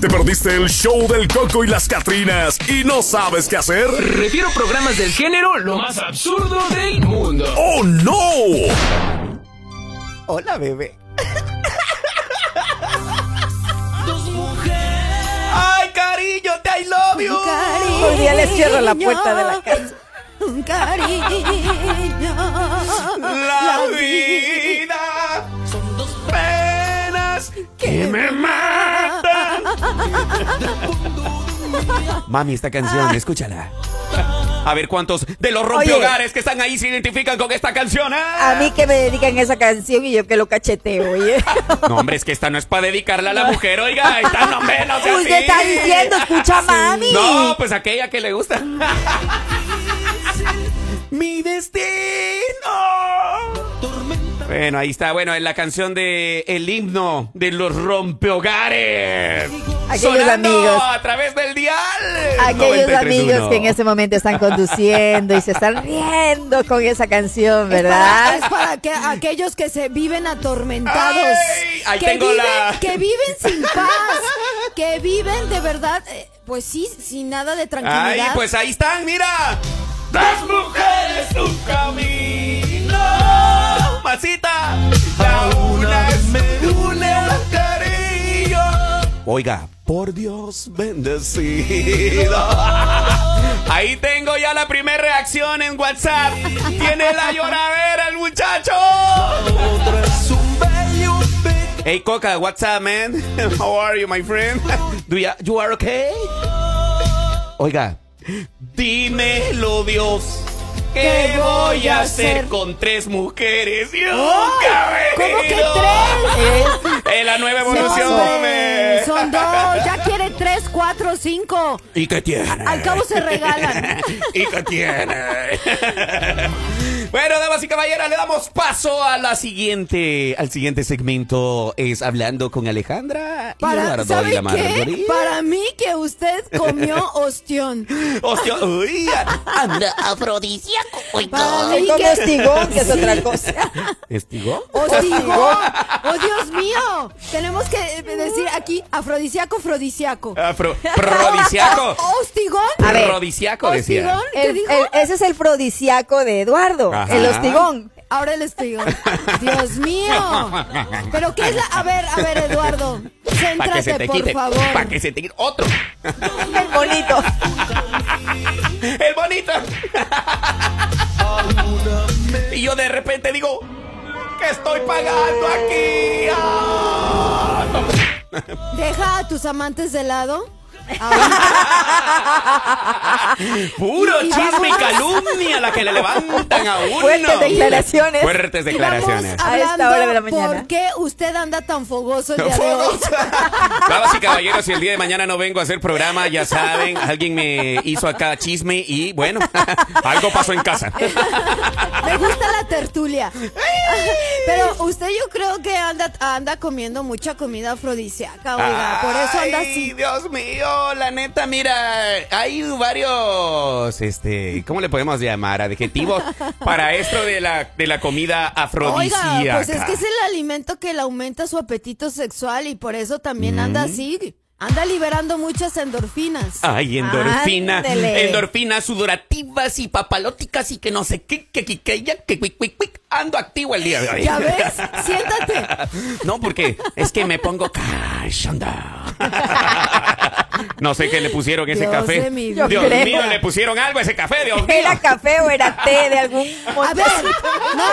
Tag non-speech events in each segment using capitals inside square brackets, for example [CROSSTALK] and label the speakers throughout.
Speaker 1: ¿Te perdiste el show del Coco y las Catrinas y no sabes qué hacer?
Speaker 2: Refiero programas del género lo más absurdo del mundo.
Speaker 1: ¡Oh, no!
Speaker 3: Hola, bebé.
Speaker 2: Dos mujeres.
Speaker 3: ¡Ay, cariño, te I love you!
Speaker 4: Cariño.
Speaker 3: Un día le cierro la puerta de la casa.
Speaker 4: Un cariño.
Speaker 3: La vida
Speaker 2: Son dos
Speaker 3: penas que me matan. [LAUGHS] Mami, esta canción, escúchala. A ver cuántos de los rompehogares que están ahí se identifican con esta canción. ah?
Speaker 4: A mí que me dedican esa canción y yo que lo cacheteo, oye.
Speaker 3: No, hombre, es que esta no es para dedicarla a la mujer, oiga. Esta no, hombre, no sea
Speaker 4: [LAUGHS] Uy, ¿qué
Speaker 3: así.
Speaker 4: está diciendo? Escucha, mami.
Speaker 3: No, pues aquella que le gusta. [LAUGHS] Mi destino. Bueno, ahí está. Bueno, es la canción de el himno de los rompehogares.
Speaker 4: [LAUGHS] Aquellos
Speaker 3: Sonando
Speaker 4: amigos.
Speaker 3: a través del dial.
Speaker 4: Aquellos
Speaker 3: 93.1.
Speaker 4: amigos que en ese momento están conduciendo y se están riendo con esa canción, ¿verdad?
Speaker 5: Es para, es para que aquellos que se viven atormentados.
Speaker 3: Ay, ahí
Speaker 5: que,
Speaker 3: tengo
Speaker 5: viven,
Speaker 3: la-
Speaker 5: que viven sin paz. Que viven de verdad, eh, pues sí, sin nada de tranquilidad.
Speaker 3: Ay, pues ahí están, mira. Las mujeres un camino. Masita. La una me une un cariño. Oiga, por Dios bendecido. Ahí tengo ya la primera reacción en WhatsApp. Tiene la lloradera el muchacho. Hey Coca, what's up, man? [LAUGHS] How are you, my friend? [LAUGHS] Do you, you are okay? Oiga, dímelo Dios. ¿Qué voy a hacer con tres mujeres y un
Speaker 5: ¿Cómo que
Speaker 3: cabello?
Speaker 5: tres?
Speaker 3: Es la nueva
Speaker 5: No,
Speaker 3: evolución.
Speaker 5: hombre,
Speaker 3: hombre.
Speaker 5: son dos, ya quiere tres, cuatro, cinco.
Speaker 3: ¿Y qué tiene?
Speaker 5: Al cabo se regalan.
Speaker 3: [LAUGHS] ¿Y qué tiene? Bueno, damas y caballeras, le damos paso a la siguiente, al siguiente segmento es hablando con Alejandra y
Speaker 5: Para,
Speaker 3: Eduardo y
Speaker 5: ¿sabe
Speaker 3: la
Speaker 5: qué?
Speaker 3: Margarita.
Speaker 5: Para mí que usted comió
Speaker 4: [LAUGHS]
Speaker 5: ostión.
Speaker 3: Hostia, uy, anda,
Speaker 6: afrodisíaco. Uy,
Speaker 5: Para mí
Speaker 4: Con este
Speaker 5: que...
Speaker 4: hostigón, que es otra cosa.
Speaker 3: ¿Estigó?
Speaker 5: [LAUGHS] ¡Hostigón! ¡Oh, Dios mío! Tenemos que eh, decir aquí afrodisíaco, afrodisíaco. [LAUGHS]
Speaker 3: Afro, prodisiaco.
Speaker 5: ¿Hostigón?
Speaker 4: A ver,
Speaker 3: Prodisiaco, decía.
Speaker 5: ¿Hostigón? ¿Qué
Speaker 4: El-
Speaker 5: dijo?
Speaker 4: el- ese es el prodiciaco de Eduardo,
Speaker 3: Ajá.
Speaker 4: el hostigón.
Speaker 5: Ahora el hostigón. ¡Dios mío! ¿Pero qué es la...? A ver, a ver, Eduardo.
Speaker 3: Para que se
Speaker 5: Céntrate,
Speaker 3: te
Speaker 5: por
Speaker 3: quite.
Speaker 5: favor.
Speaker 3: Para que se te quite. Otro.
Speaker 4: El bonito.
Speaker 3: El bonito. y yo de repente digo, ¿qué estoy pagando aquí? Ah, no.
Speaker 5: Deja a tus amantes de lado. Ahora,
Speaker 3: Puro
Speaker 5: Y- y
Speaker 3: chisme y
Speaker 5: vamos-
Speaker 3: calumnia la que le levantan
Speaker 5: [LAUGHS]
Speaker 3: a uno.
Speaker 4: Fuertes declaraciones.
Speaker 3: Fuertes
Speaker 5: y vamos
Speaker 3: declaraciones.
Speaker 4: A esta
Speaker 5: hablando
Speaker 4: hora de la mañana.
Speaker 5: ¿Por qué usted anda tan fogoso el día de hoy?
Speaker 3: [LAUGHS] Damas y caballeros, si el día de mañana no vengo a hacer programa, ya saben, alguien me hizo acá chisme y bueno, [LAUGHS] algo pasó en
Speaker 5: [LAUGHS]
Speaker 3: casa.
Speaker 5: Me gusta la tertulia. Pero usted yo creo que anda, anda comiendo mucha comida afrodisíaca, oiga. Por eso anda
Speaker 3: Ay,
Speaker 5: así.
Speaker 3: Dios mío, la neta, mira, hay varios, este, ¿cómo le podemos llamar? Adjetivos para esto de la, de la comida afrodisíaca.
Speaker 5: Oiga, pues es que es el alimento que le aumenta su apetito sexual y por eso también anda
Speaker 3: Mm.
Speaker 5: así. Anda liberando muchas endorfinas.
Speaker 3: Ay, endorfina,
Speaker 4: Ándele.
Speaker 3: endorfinas sudorativas y papalóticas y que no sé qué, que que que ya, que cuic, cuic, cuic. ando activo el día de hoy.
Speaker 5: ¿Ya ves? Siéntate.
Speaker 3: [LAUGHS] No, porque es que me pongo cachonda. [LAUGHS] No sé qué le pusieron a ese
Speaker 5: Dios
Speaker 3: café.
Speaker 5: de mi
Speaker 4: Yo
Speaker 3: Dios
Speaker 4: creo.
Speaker 3: mío, le pusieron algo a ese café,
Speaker 5: [LAUGHS]
Speaker 3: Dios mío.
Speaker 4: [LAUGHS] Era café o era té de algún
Speaker 5: A ver,
Speaker 4: montón.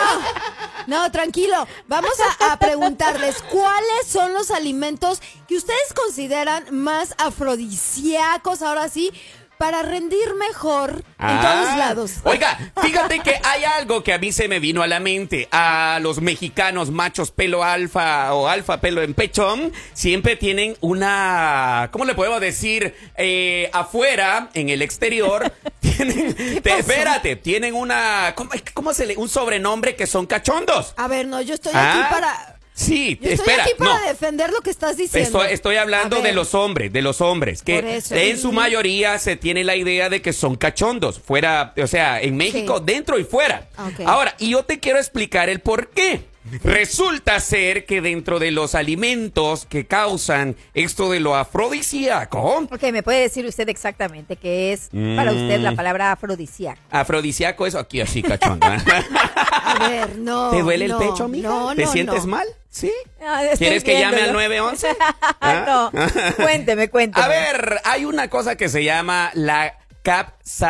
Speaker 5: no, no, tranquilo. Vamos a, a preguntarles cuáles son los alimentos que ustedes consideran más afrodisíacos, ahora sí, para rendir mejor en
Speaker 3: Ah.
Speaker 5: todos lados.
Speaker 3: Oiga, fíjate que hay algo que a mí se me vino a la mente. A los mexicanos machos pelo alfa o alfa pelo en pechón siempre tienen una, ¿cómo le podemos decir? Eh, afuera, en el
Speaker 5: [LAUGHS]
Speaker 3: exterior, tienen, te-
Speaker 5: pasó?
Speaker 3: espérate, tienen una, ¿cómo, cómo se le? Un sobrenombre que son cachondos.
Speaker 5: A ver, no, yo estoy
Speaker 3: Ah,
Speaker 5: aquí para.
Speaker 3: Sí,
Speaker 5: Yo estoy
Speaker 3: espera,
Speaker 5: aquí para
Speaker 3: no.
Speaker 5: defender lo que estás diciendo.
Speaker 3: Estoy, estoy hablando
Speaker 5: A
Speaker 3: de
Speaker 5: ver,
Speaker 3: los hombres, de los hombres,
Speaker 5: Por
Speaker 3: que
Speaker 5: eso.
Speaker 3: en su mayoría se tiene la idea de que son cachondos, fuera, o sea, en México,
Speaker 5: Sí.
Speaker 3: dentro y fuera.
Speaker 5: Ok.
Speaker 3: Ahora, y yo te quiero explicar el por qué. Resulta ser que dentro de los alimentos que causan esto de lo afrodisíaco,
Speaker 4: Ok, ¿me puede decir usted exactamente qué es para usted la palabra afrodisíaco?
Speaker 3: afrodisíaco es aquí así,
Speaker 5: [LAUGHS]
Speaker 3: cachonda.
Speaker 5: A ver, no.
Speaker 3: ¿Te duele
Speaker 5: no,
Speaker 3: el pecho, amiga?
Speaker 5: No,
Speaker 3: ¿Te
Speaker 5: no,
Speaker 3: sientes
Speaker 5: no. Eh,
Speaker 3: mal? ¿Sí?
Speaker 4: Ah, estoy
Speaker 3: ¿Quieres que llame al
Speaker 4: viéndolo.
Speaker 3: 911?
Speaker 4: [LAUGHS] Ah,
Speaker 3: [LAUGHS]
Speaker 4: no, cuénteme, cuénteme.
Speaker 3: A ver, hay una cosa que se llama la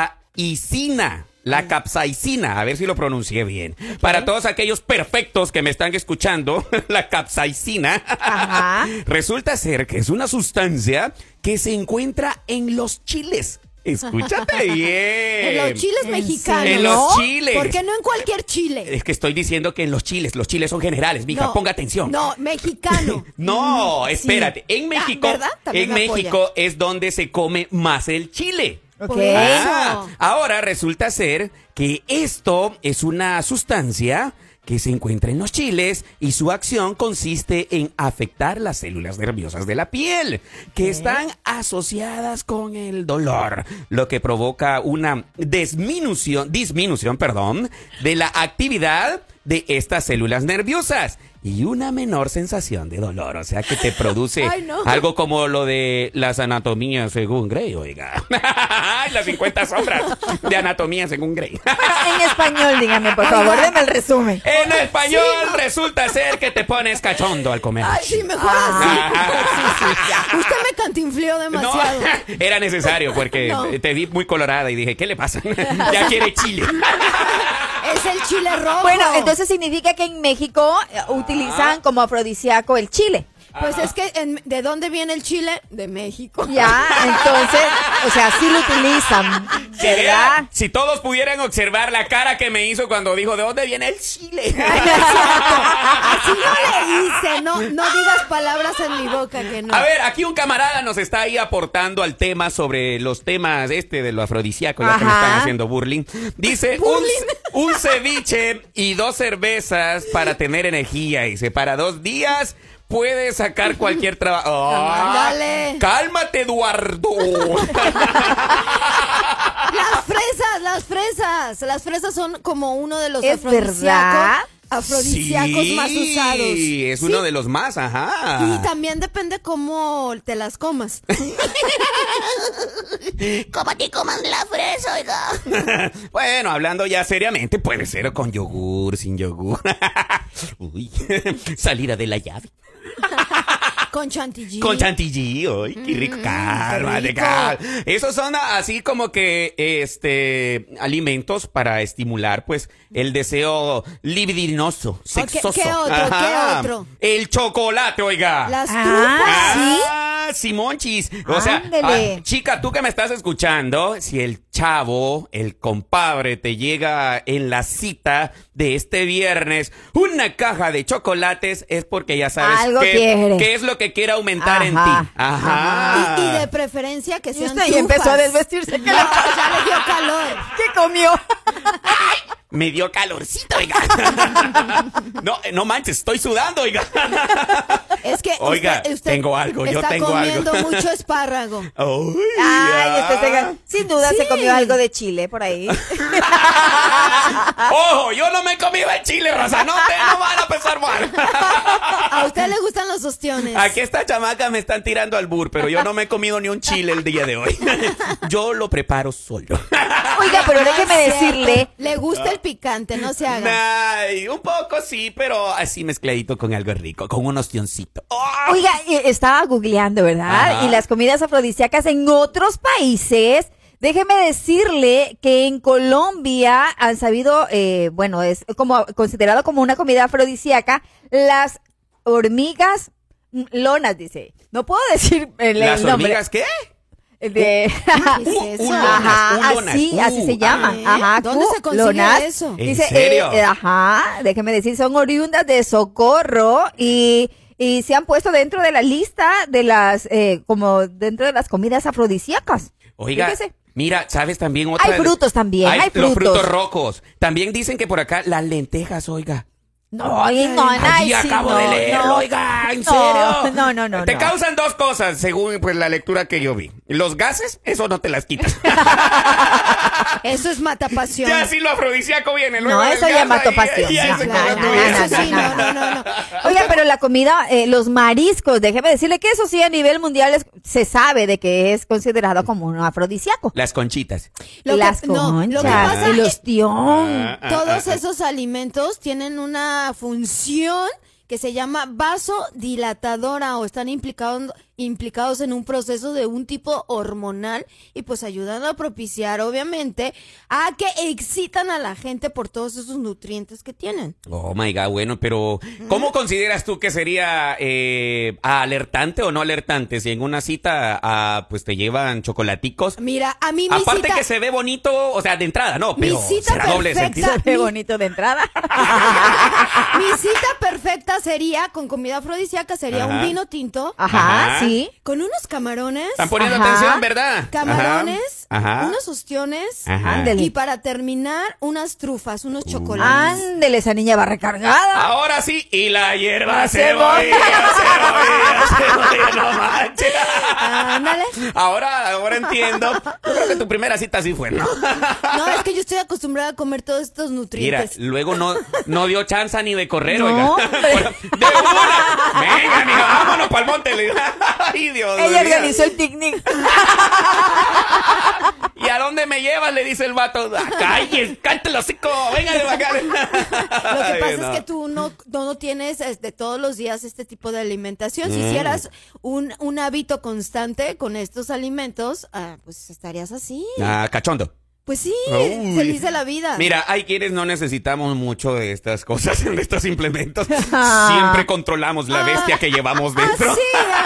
Speaker 3: capsaicina.
Speaker 5: Mm.
Speaker 3: La capsaicina, a ver si lo pronuncié bien. Para todos aquellos perfectos que me están escuchando, [LAUGHS] la capsaicina
Speaker 4: Ajá.
Speaker 3: [LAUGHS] resulta ser que es una sustancia que se encuentra en los chiles. Escúchate bien.
Speaker 5: [LAUGHS] En los chiles
Speaker 4: En
Speaker 5: mexicanos.
Speaker 3: serio. En los chiles.
Speaker 5: ¿Por qué no en cualquier chile?
Speaker 3: Es que estoy diciendo que en los chiles, los chiles son generales, mija,
Speaker 5: No,
Speaker 3: ponga atención.
Speaker 5: No, mexicano.
Speaker 3: [LAUGHS]
Speaker 5: Mm,
Speaker 3: No,
Speaker 5: Sí.
Speaker 3: espérate. En
Speaker 5: Ah,
Speaker 3: México,
Speaker 5: ¿verdad? También
Speaker 3: en
Speaker 5: me apoya.
Speaker 3: México es donde se come más el chile.
Speaker 4: Ok.
Speaker 5: Por eso.
Speaker 3: Ah, ahora resulta ser que esto es una sustancia que se encuentra en los chiles y su acción consiste en afectar las células nerviosas de la piel que están asociadas con el dolor, lo que provoca una disminución, disminución, perdón, de la actividad de estas células nerviosas y una menor sensación de dolor, o sea que te produce
Speaker 5: [LAUGHS] Ay, no.
Speaker 3: algo como lo de las anatomías según Grey, oiga. [LAUGHS] Ay, las 50 sombras de anatomía según
Speaker 5: [LAUGHS]
Speaker 3: Grey.
Speaker 4: Pero Ah, en español, dígame, por favor, deme el resumen.
Speaker 3: En español resulta ser que te pones cachondo al comer.
Speaker 5: Ay, sí, mejor así. Sí, sí, ya. [LAUGHS] Usted me cantinflió
Speaker 3: Ah. No, [LAUGHS]
Speaker 5: demasiado.
Speaker 3: era necesario porque
Speaker 5: No.
Speaker 3: te vi muy colorada y dije, ¿qué le
Speaker 5: [LAUGHS]
Speaker 3: pasa? ya quiere chile.
Speaker 5: Es el chile rojo.
Speaker 4: Bueno, entonces significa que en México eh,
Speaker 3: Ah.
Speaker 4: utilizan como afrodisíaco el chile.
Speaker 5: Pues es que, en- ¿de dónde viene el chile? De México.
Speaker 4: Ya, entonces, o sea, sí lo utilizan,
Speaker 3: Si,
Speaker 4: ¿verdad?
Speaker 3: vieran- si todos pudieran observar la cara que me hizo cuando dijo, ¿de dónde viene el chile? [LAUGHS]
Speaker 5: Así no le hice. No, no digas palabras en mi boca que no.
Speaker 3: A ver, aquí un camarada nos está ahí aportando al tema sobre los temas este de lo afrodisíaco, ya que me
Speaker 4: Ajá.
Speaker 3: están haciendo burling. Dice, un, un ceviche y dos cervezas para tener energía. Dice, para dos días puedes sacar cualquier
Speaker 5: [LAUGHS]
Speaker 3: trabajo. Ah,
Speaker 5: Ándale.
Speaker 3: ¡Cálmate, Eduardo!
Speaker 5: Las fresas, las fresas. Las fresas son como uno de los
Speaker 4: ¿Es verdad?
Speaker 5: afrodisíacos, [LAUGHS] afrodisíacos más usados.
Speaker 3: Sí, es
Speaker 5: Sí,
Speaker 3: uno de los más, ajá.
Speaker 5: Y también depende cómo te las comas.
Speaker 3: [LAUGHS] Bueno, hablando ya seriamente, puede ser con yogur, sin yogur. [LAUGHS] Uy, [LAUGHS] salida de la llave.
Speaker 5: Con chantilly. Mm,
Speaker 3: Con chantilly, hoy, qué rico, calma,
Speaker 5: rico.
Speaker 3: Esos son a- así como que, este, alimentos para estimular, pues, el deseo libidinoso, sexoso.
Speaker 5: ¿qué otro? ¿Qué
Speaker 3: Ajá.
Speaker 5: otro?
Speaker 3: El chocolate, oiga.
Speaker 5: Las
Speaker 4: Ah,
Speaker 5: tunas.
Speaker 4: ¿sí?
Speaker 3: Ah, Simonchis. O sea,
Speaker 4: Ándele.
Speaker 3: ah, chica, tú que me estás escuchando, si el chavo, el compadre, te llega en la cita de este viernes una caja de chocolates, es porque ya sabes
Speaker 4: Algo
Speaker 3: qué,
Speaker 4: quiere.
Speaker 3: qué es lo que quiere aumentar en
Speaker 4: Ajá.
Speaker 3: ti. Ajá.
Speaker 5: Y, y de preferencia que
Speaker 4: Y
Speaker 5: sean
Speaker 4: usted ya empezó a
Speaker 5: trufas.
Speaker 4: desvestirse.
Speaker 5: No, ya le
Speaker 4: [LAUGHS]
Speaker 5: dio calor.
Speaker 4: ¿Qué comió?
Speaker 3: Me dio calorcito,
Speaker 4: [LAUGHS]
Speaker 3: oiga. no, no manches, estoy sudando,
Speaker 4: [LAUGHS]
Speaker 3: oiga.
Speaker 5: Es que
Speaker 3: Oiga,
Speaker 5: usted, usted
Speaker 3: tengo algo, yo
Speaker 5: está
Speaker 3: tengo algo.
Speaker 5: comiendo mucho espárrago.
Speaker 3: Uy,
Speaker 4: Ay, este
Speaker 3: ah.
Speaker 4: se- sin duda
Speaker 5: Sí.
Speaker 4: se comió algo de chile por ahí.
Speaker 3: [LAUGHS] Ojo, yo no me comí el chile, raza. No te no van a pensar mal.
Speaker 5: A usted le gustan los
Speaker 3: [LAUGHS]
Speaker 5: ostiones.
Speaker 3: Aquí esta chamaca me están tirando al bur, pero yo no me he comido ni un chile el día de hoy. [LAUGHS] Yo lo preparo solo.
Speaker 4: [LAUGHS]
Speaker 3: [LAUGHS]
Speaker 4: Oiga, pero
Speaker 5: No es
Speaker 4: déjeme
Speaker 5: cierto.
Speaker 4: decirle
Speaker 5: Le gusta el picante, no se haga.
Speaker 3: Ay, un poco sí, pero así mezcladito con algo rico, con un ostioncito. ¡Oh!
Speaker 4: Oiga, eh, estaba googleando, ¿verdad?
Speaker 3: Ajá.
Speaker 4: Y las comidas afrodisíacas en otros países. Déjeme decirle que en Colombia han sabido, eh, bueno, es como considerado como una comida afrodisíaca, las hormigas mm, lonas, dice. No puedo decir el,
Speaker 3: ¿Las
Speaker 4: el nombre.
Speaker 3: hormigas qué?
Speaker 4: De... [LAUGHS]
Speaker 5: ¿Qué
Speaker 3: Uh,
Speaker 5: es
Speaker 3: uh,
Speaker 5: eso?
Speaker 3: lonas,
Speaker 4: Ajá,
Speaker 3: uh, lonas,
Speaker 4: así,
Speaker 3: uh,
Speaker 4: así se llama.
Speaker 5: ¿eh?
Speaker 4: Ajá,
Speaker 5: ¿Dónde se consigue
Speaker 4: lonas.
Speaker 5: eso?
Speaker 3: ¿En
Speaker 4: Dice,
Speaker 3: serio?
Speaker 4: eh, eh, ajá, déjeme decir, son oriundas de Socorro y, y se han puesto dentro de la lista de las, eh, como dentro de las comidas afrodisíacas.
Speaker 3: Oiga,
Speaker 4: Fíjese.
Speaker 3: mira, sabes también otra.
Speaker 4: Hay frutos también, hay
Speaker 3: Los
Speaker 4: frutos.
Speaker 3: frutos rojos. También dicen que por acá las lentejas, oiga.
Speaker 4: No, ay, no,
Speaker 3: Aquí
Speaker 4: ay, sí,
Speaker 3: acabo
Speaker 4: no,
Speaker 3: de leerlo,
Speaker 4: no.
Speaker 3: oiga, en
Speaker 4: No,
Speaker 3: serio.
Speaker 4: No, no, no.
Speaker 3: Te
Speaker 4: no.
Speaker 3: causan dos cosas, según pues la lectura que yo vi. Los gases, eso no te las quitas.
Speaker 5: Eso es matapasión.
Speaker 3: ya sí lo afrodisíaco viene. Luego
Speaker 4: No,
Speaker 3: del
Speaker 4: eso ya
Speaker 3: gas,
Speaker 4: mató
Speaker 3: ahí- [LAUGHS]
Speaker 4: pasión.
Speaker 3: ya
Speaker 4: No,
Speaker 3: se
Speaker 4: no,
Speaker 3: acabó
Speaker 4: no,
Speaker 3: tu
Speaker 4: no,
Speaker 3: vida.
Speaker 5: Eso sí, no, no, no, [LAUGHS] no.
Speaker 4: Oiga, pero la comida, eh, los mariscos, déjeme decirle que eso sí a nivel mundial es- se sabe de que es considerado como un afrodisíaco.
Speaker 3: Las conchitas.
Speaker 5: Lo que-
Speaker 4: las
Speaker 5: no, lo que
Speaker 4: conchas
Speaker 5: pasa
Speaker 4: y los tión.
Speaker 3: Ah, ah,
Speaker 5: Todos
Speaker 3: ah, ah.
Speaker 5: esos alimentos tienen una función que se llama vasodilatadora o están implicados, implicados en un proceso de un tipo hormonal y pues ayudan a propiciar obviamente a que excitan a la gente por todos esos nutrientes que tienen.
Speaker 3: Oh my god, bueno, pero ¿cómo consideras tú que sería eh, alertante o no alertante si en una cita ah, pues te llevan chocolaticos?
Speaker 5: Mira, a mí mi
Speaker 3: Aparte
Speaker 5: cita-
Speaker 3: que se ve bonito, o sea, de entrada, no,
Speaker 5: Mi
Speaker 3: pero
Speaker 5: cita
Speaker 3: será doble
Speaker 5: perfecta.
Speaker 3: sentido.
Speaker 4: [LAUGHS] Qué bonito
Speaker 5: [LAUGHS]
Speaker 4: de entrada.
Speaker 5: mi cita perfecta sería con comida afrodisíaca, sería
Speaker 3: Ajá.
Speaker 5: un vino tinto Ah,
Speaker 4: Ajá,
Speaker 3: Ajá.
Speaker 4: sí.
Speaker 5: con unos camarones,
Speaker 3: Están poniendo
Speaker 4: Ajá.
Speaker 3: atención, ¿verdad?
Speaker 5: camarones,
Speaker 3: Ajá. Ajá.
Speaker 5: unos ostiones.
Speaker 3: Ajá.
Speaker 4: Ándele.
Speaker 5: Y para terminar, unas trufas, unos chocolates.
Speaker 4: Ándele, esa niña va
Speaker 5: Ah,
Speaker 4: recargada.
Speaker 3: Ahora sí, y la hierba
Speaker 4: La
Speaker 3: se
Speaker 4: cebolla.
Speaker 3: oía, se oía, se oía, no manches.
Speaker 5: Ándale.
Speaker 3: Ahora, ahora entiendo. Yo creo que tu primera cita sí fue, ¿no?
Speaker 5: No, es que yo estoy acostumbrada a comer todos estos
Speaker 3: Mira,
Speaker 5: nutrientes.
Speaker 3: luego no, no dio chance ni de correr,
Speaker 4: No,
Speaker 3: oiga.
Speaker 4: hombre.
Speaker 3: [LAUGHS] Bueno, De una. Venga, mija, vámonos pa'l monte. le digo. Ay, Dios
Speaker 4: Ella
Speaker 3: mío.
Speaker 4: organizó el picnic.
Speaker 3: ¿Y a dónde me llevas? Le dice el vato. "Ah, Calles, cállate los hocico. Venga de acá.
Speaker 5: Lo que pasa es que tú no, no, no tienes este, todos los días este tipo de alimentación.
Speaker 3: Mm.
Speaker 5: Si hicieras un, un hábito constante con estos alimentos, ah, pues estarías así.
Speaker 3: Ah, cachondo.
Speaker 5: Pues sí,
Speaker 3: Uy.
Speaker 5: feliz de la vida.
Speaker 3: Mira, hay quienes no necesitamos mucho de estas cosas, [LAUGHS] de estos
Speaker 5: [LAUGHS]
Speaker 3: implementos.
Speaker 4: Ah.
Speaker 3: Siempre controlamos la bestia que llevamos
Speaker 5: Ah,
Speaker 3: dentro.
Speaker 5: sí, ajá.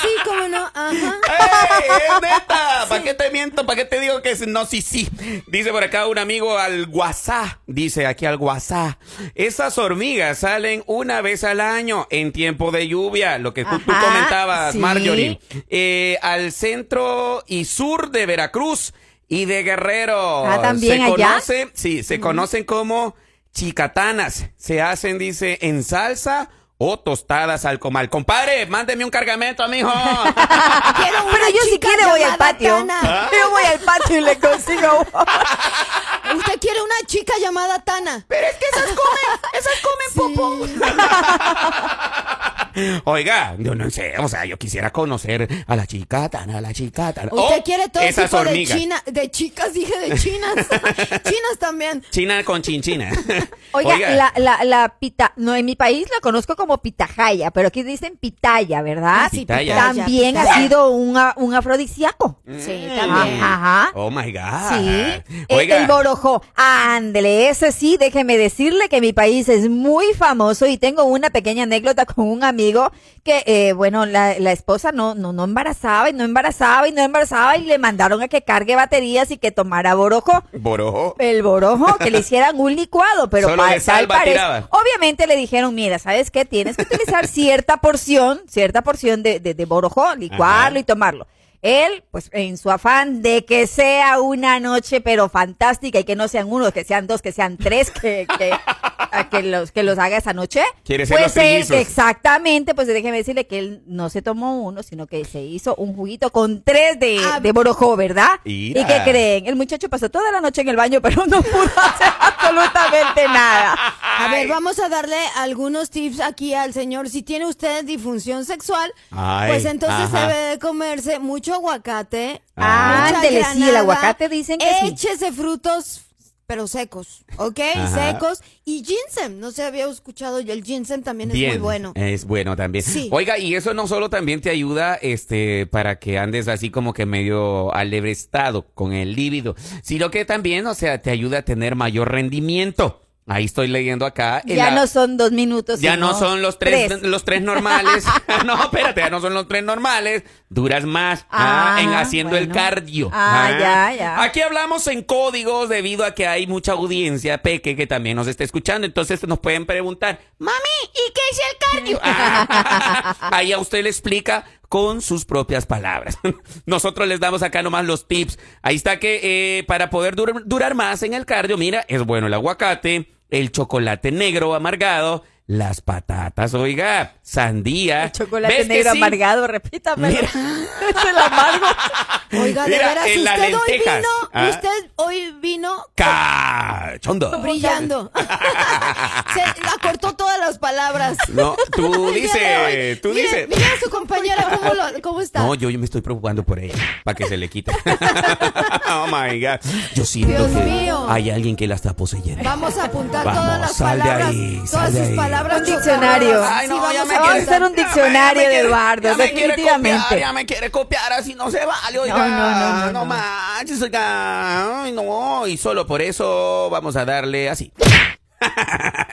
Speaker 5: Sí, cómo no, ajá.
Speaker 3: ¡Ey! ¡Es neta! ¿Para qué te miento? ¿Para qué te digo que es no, sí, sí? Dice por acá un amigo al WhatsApp. Dice aquí al WhatsApp. Esas hormigas salen una vez al año en tiempo de lluvia. Lo que tú, tú
Speaker 4: Ajá,
Speaker 3: comentabas,
Speaker 4: sí.
Speaker 3: Marjorie. Eh, al centro y sur de Veracruz y de Guerrero.
Speaker 4: Ah, ¿también
Speaker 3: se
Speaker 4: allá?
Speaker 3: conoce- sí, se conocen como chicatanas. Se hacen, dice, en salsa. O tostadas al comal. Compadre, mándeme un cargamento,
Speaker 4: [LAUGHS]
Speaker 3: mijo.
Speaker 5: [LAUGHS] Quiero una
Speaker 4: Pero yo si
Speaker 5: chica
Speaker 4: quiere voy al
Speaker 5: llamada
Speaker 4: patio.
Speaker 5: Tana.
Speaker 4: Yo voy al patio y
Speaker 5: [LAUGHS]
Speaker 4: le consigo.
Speaker 5: Usted quiere una chica llamada Tana.
Speaker 3: Pero es que esas comen, esas comen popó. Oiga, yo no sé, o sea, yo quisiera conocer a la chica tan, a la chica tan.
Speaker 5: Usted
Speaker 3: Oh,
Speaker 5: quiere todo
Speaker 3: esas
Speaker 5: tipo
Speaker 3: hormigas.
Speaker 5: de china, de chicas, dije de chinas.
Speaker 3: [LAUGHS]
Speaker 5: chinas también.
Speaker 3: China con
Speaker 5: [LAUGHS]
Speaker 3: chinchina.
Speaker 4: Oiga, La, la, la pita, no, en mi país la conozco como pitahaya, pero aquí dicen pitaya, ¿verdad?
Speaker 5: Ah, sí,
Speaker 3: pitaya.
Speaker 4: También
Speaker 5: pitaya.
Speaker 4: ha sido un, a- un afrodisíaco.
Speaker 5: Sí,
Speaker 4: también. Ajá.
Speaker 3: Oh my God.
Speaker 4: Sí. El,
Speaker 3: Oiga.
Speaker 4: el borojó. Ándele, ese sí, déjeme decirle que mi país es muy famoso y tengo una pequeña anécdota [LAUGHS] con un amigo que, eh, bueno, la, la esposa no, no, no embarazaba y no embarazaba y no embarazaba y le mandaron a que cargue baterías y que tomara borojó.
Speaker 3: Borojo.
Speaker 4: El borojo, que le hicieran un licuado, pero
Speaker 3: Solo
Speaker 4: pa-
Speaker 3: de sal
Speaker 4: tal parece-
Speaker 3: tiraba.
Speaker 4: Obviamente le dijeron, mira, ¿sabes qué? Tienes que utilizar cierta porción, cierta porción de, de, de borojo, licuarlo
Speaker 3: Ajá.
Speaker 4: y tomarlo. Él, pues en su afán de que sea una noche, pero fantástica, y que no sean uno, que sean dos, que sean tres, que, que, a que los, que los haga esa noche.
Speaker 3: Quiere ser
Speaker 4: pues
Speaker 3: los
Speaker 4: él,
Speaker 3: trillizos.
Speaker 4: exactamente, pues déjeme decirle que él no se tomó uno, sino que se hizo un juguito con tres de,
Speaker 5: Ah,
Speaker 4: de borojó, ¿verdad?
Speaker 3: Ira.
Speaker 4: ¿Y qué creen? El muchacho pasó toda la noche en el baño, [LAUGHS] pero no pudo hacer absolutamente nada.
Speaker 5: A
Speaker 3: Ay.
Speaker 5: ver, vamos a darle algunos tips aquí al señor. Si tiene usted disfunción sexual,
Speaker 3: Ay,
Speaker 5: pues entonces
Speaker 3: ajá.
Speaker 5: debe de comerse mucho aguacate.
Speaker 3: Ah.
Speaker 5: mucha
Speaker 4: Ándele, sí, el
Speaker 5: granada.
Speaker 4: aguacate dicen que sí.
Speaker 5: Échese frutos, pero secos, ¿ok?
Speaker 3: Ajá.
Speaker 5: Secos. Y ginseng, no se había escuchado yo. El ginseng también
Speaker 3: Bien. Eh,
Speaker 5: es muy bueno.
Speaker 3: Es bueno también.
Speaker 5: Sí.
Speaker 3: Oiga, y eso no solo también te ayuda este para que andes así como que medio alebrestado con el líbido, sino que también, o sea, te ayuda a tener mayor rendimiento. Ahí estoy leyendo acá. en
Speaker 4: Ya
Speaker 3: la-
Speaker 4: no son dos minutos.
Speaker 3: ya
Speaker 4: sino
Speaker 3: no son los tres, los tres
Speaker 4: [LAUGHS]
Speaker 3: normales. [LAUGHS] no, espérate, ya no son los tres normales. Duras más ah,
Speaker 4: Ah,
Speaker 3: en haciendo el
Speaker 4: bueno.
Speaker 3: cardio.
Speaker 4: Ah, ya, ya.
Speaker 3: Aquí hablamos en códigos debido a que hay mucha audiencia peque que también nos está escuchando. Entonces nos pueden preguntar, mami, ¿y qué es el cardio? Ah, ahí a usted le explica con sus propias palabras. [LAUGHS] Nosotros les damos acá nomás los tips. Ahí está que eh, para poder dur- durar más en el cardio, mira, es bueno el aguacate. el chocolate negro amargado, las patatas, oiga, sandía.
Speaker 4: El chocolate
Speaker 3: ¿Ves que
Speaker 4: negro
Speaker 3: sí?
Speaker 4: amargado, repítame.
Speaker 3: Mira.
Speaker 4: es el amargo.
Speaker 5: Oiga, de
Speaker 3: Mira,
Speaker 5: veras,
Speaker 3: en las
Speaker 5: usted hoy
Speaker 3: lentejas.
Speaker 5: vino,
Speaker 3: Ah.
Speaker 5: usted hoy vino
Speaker 3: Cachondo.
Speaker 5: brillando. [LAUGHS] Se acortó todas las palabras.
Speaker 3: [LAUGHS] No,
Speaker 5: [LAUGHS]
Speaker 3: tú
Speaker 5: El día de hoy.
Speaker 3: dices, tú
Speaker 5: Mira-
Speaker 3: dices.
Speaker 5: Mira a su compañera, ¿cómo, lo- cómo está?
Speaker 3: No, yo, yo me estoy preocupando por ella, para que se le
Speaker 5: [LAUGHS]
Speaker 3: quite. [LAUGHS] oh my God. Yo siento
Speaker 5: Dios
Speaker 3: que
Speaker 5: mío.
Speaker 3: hay alguien que la está poseyendo.
Speaker 5: Vamos a apuntar
Speaker 3: Vamos,
Speaker 5: todas las
Speaker 3: sal de
Speaker 5: palabras.
Speaker 3: ahí, sal
Speaker 5: todas
Speaker 3: de
Speaker 5: sus
Speaker 3: ahí.
Speaker 5: palabras.
Speaker 4: Un diccionario.
Speaker 5: chocarreras.
Speaker 4: Ay, no,
Speaker 5: Sí,
Speaker 4: ya
Speaker 5: vamos
Speaker 4: me
Speaker 5: a
Speaker 4: quiere-
Speaker 5: apuntar.
Speaker 4: hacer un diccionario de Eduardo,
Speaker 3: ya me quiere
Speaker 4: definitivamente.
Speaker 3: copiar, ya me quiere copiar, así no se vale, oiga.
Speaker 4: No, no, no, no, no.
Speaker 3: manches, oiga. Ay, no, y solo por eso vamos a darle así. [LAUGHS]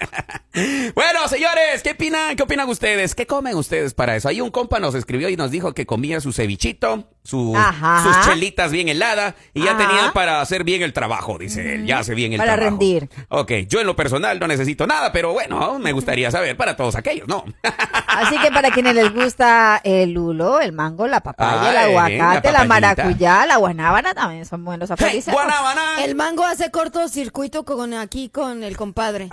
Speaker 3: Bueno, señores, ¿qué opinan? ¿Qué opinan ustedes? ¿Qué comen ustedes para eso? Ahí un compa nos escribió y nos dijo que comía su cevichito, su-
Speaker 4: Ajá.
Speaker 3: sus chelitas bien heladas y ya
Speaker 4: Ajá.
Speaker 3: tenía para hacer bien el trabajo, dice él. Ya hace bien el
Speaker 4: Para
Speaker 3: trabajo.
Speaker 4: rendir.
Speaker 3: Ok, yo en lo personal no necesito nada, pero bueno, me gustaría saber para todos aquellos, ¿no?
Speaker 4: [LAUGHS]
Speaker 3: [LAUGHS]
Speaker 4: Así que para quienes les gusta el lulo, el mango, la papaya, el
Speaker 3: Ay,
Speaker 4: aguacate,
Speaker 3: la papayita.
Speaker 4: la, maracuyá, la guanábana también son buenos
Speaker 3: Hey,
Speaker 4: afrodisíacos.
Speaker 3: guanábana.
Speaker 5: El mango hace cortocircuito con aquí con el compadre.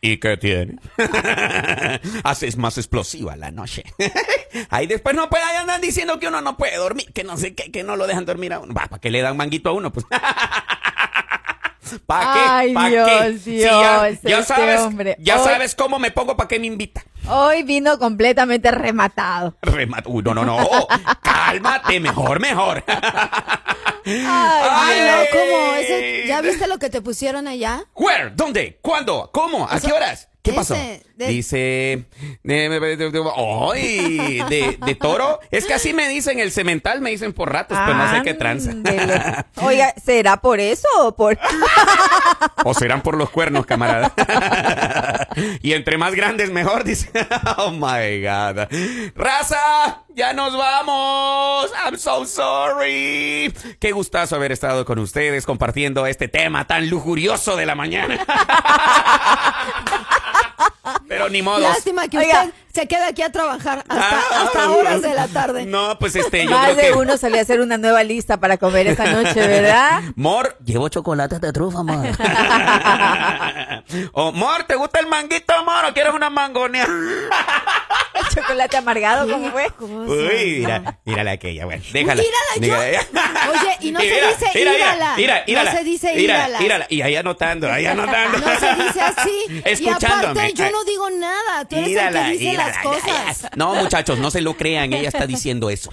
Speaker 3: ¿Y qué tiene? [LAUGHS] Haces más explosiva la noche. [LAUGHS] Ahí después no puede, ahí andan diciendo que uno no puede dormir, que no sé qué, que no lo dejan dormir a uno. Va, ¿para qué le dan manguito a uno? Pues. [LAUGHS] ¿Para qué?
Speaker 4: Ay,
Speaker 3: ¿Pa' qué?
Speaker 4: Dios,
Speaker 3: Si ya,
Speaker 4: Dios,
Speaker 3: ya
Speaker 4: este
Speaker 3: sabes,
Speaker 4: hombre.
Speaker 3: ya
Speaker 4: Hoy-
Speaker 3: sabes cómo me pongo, ¿para qué me invita? [LAUGHS]
Speaker 4: Hoy vino completamente rematado.
Speaker 3: Remat- Uy, no, no, no. oh, Cálmate, mejor, mejor.
Speaker 5: Ay,
Speaker 3: Ay.
Speaker 5: no, ¿cómo? Ese- ¿Ya viste lo que te pusieron allá?
Speaker 3: Where? ¿Dónde? ¿Cuándo? ¿Cómo? ¿A
Speaker 5: Eso-
Speaker 3: qué horas? ¿Qué
Speaker 5: ese,
Speaker 3: pasó?
Speaker 5: de-
Speaker 3: Dice. De, de, de- de- ¡Ay! De, de toro. Es que así me dicen el cemental, me dicen por ratos, pero Pues, no sé qué tranza. [LAUGHS]
Speaker 4: Ándele. Oiga, ¿será por eso o por...?
Speaker 3: O serán por los cuernos, camarada. y entre más grandes, mejor, dice. [LAUGHS] Oh my God. Raza, ya nos vamos. I'm so sorry. Qué gustazo haber estado con ustedes compartiendo este tema tan lujurioso de la
Speaker 5: [LAUGHS]
Speaker 3: mañana. Pero ni modo.
Speaker 5: Lástima que
Speaker 4: Oiga.
Speaker 5: usted se queda aquí a trabajar hasta,
Speaker 3: Ah,
Speaker 5: hasta horas de la tarde.
Speaker 3: No, pues este, yo
Speaker 4: [LAUGHS] Más
Speaker 3: creo
Speaker 4: de
Speaker 3: que.
Speaker 4: uno salió a hacer una nueva lista para comer esta noche, ¿verdad?
Speaker 3: [LAUGHS] Mor,
Speaker 5: [LAUGHS]
Speaker 3: llevo chocolates de trufa, Mor. o Oh, Mor, ¿te gusta el manguito, Mor? ¿O quieres una mangonea?
Speaker 4: [LAUGHS] El chocolate amargado, ¿cómo fue?
Speaker 5: Cosa,
Speaker 3: Uy,
Speaker 5: no.
Speaker 3: mira, mírala aquella, güey. Déjala.
Speaker 5: Mírala, yo- Oye, y
Speaker 3: [LAUGHS]
Speaker 5: no se dice írala.
Speaker 3: Mira,
Speaker 5: No
Speaker 3: mírala.
Speaker 5: se dice
Speaker 3: Mira,
Speaker 5: írala.
Speaker 3: mírala. Y ahí anotando, ahí anotando.
Speaker 5: No se
Speaker 3: [LAUGHS]
Speaker 5: dice así.
Speaker 3: Escuchándome.
Speaker 5: Y aparte, yo no digo nada. Tú eres
Speaker 3: Írala,
Speaker 5: el que dice
Speaker 3: írala,
Speaker 5: las
Speaker 3: ya,
Speaker 5: cosas.
Speaker 3: ya. No, muchachos, no se lo crean. Ella está diciendo eso.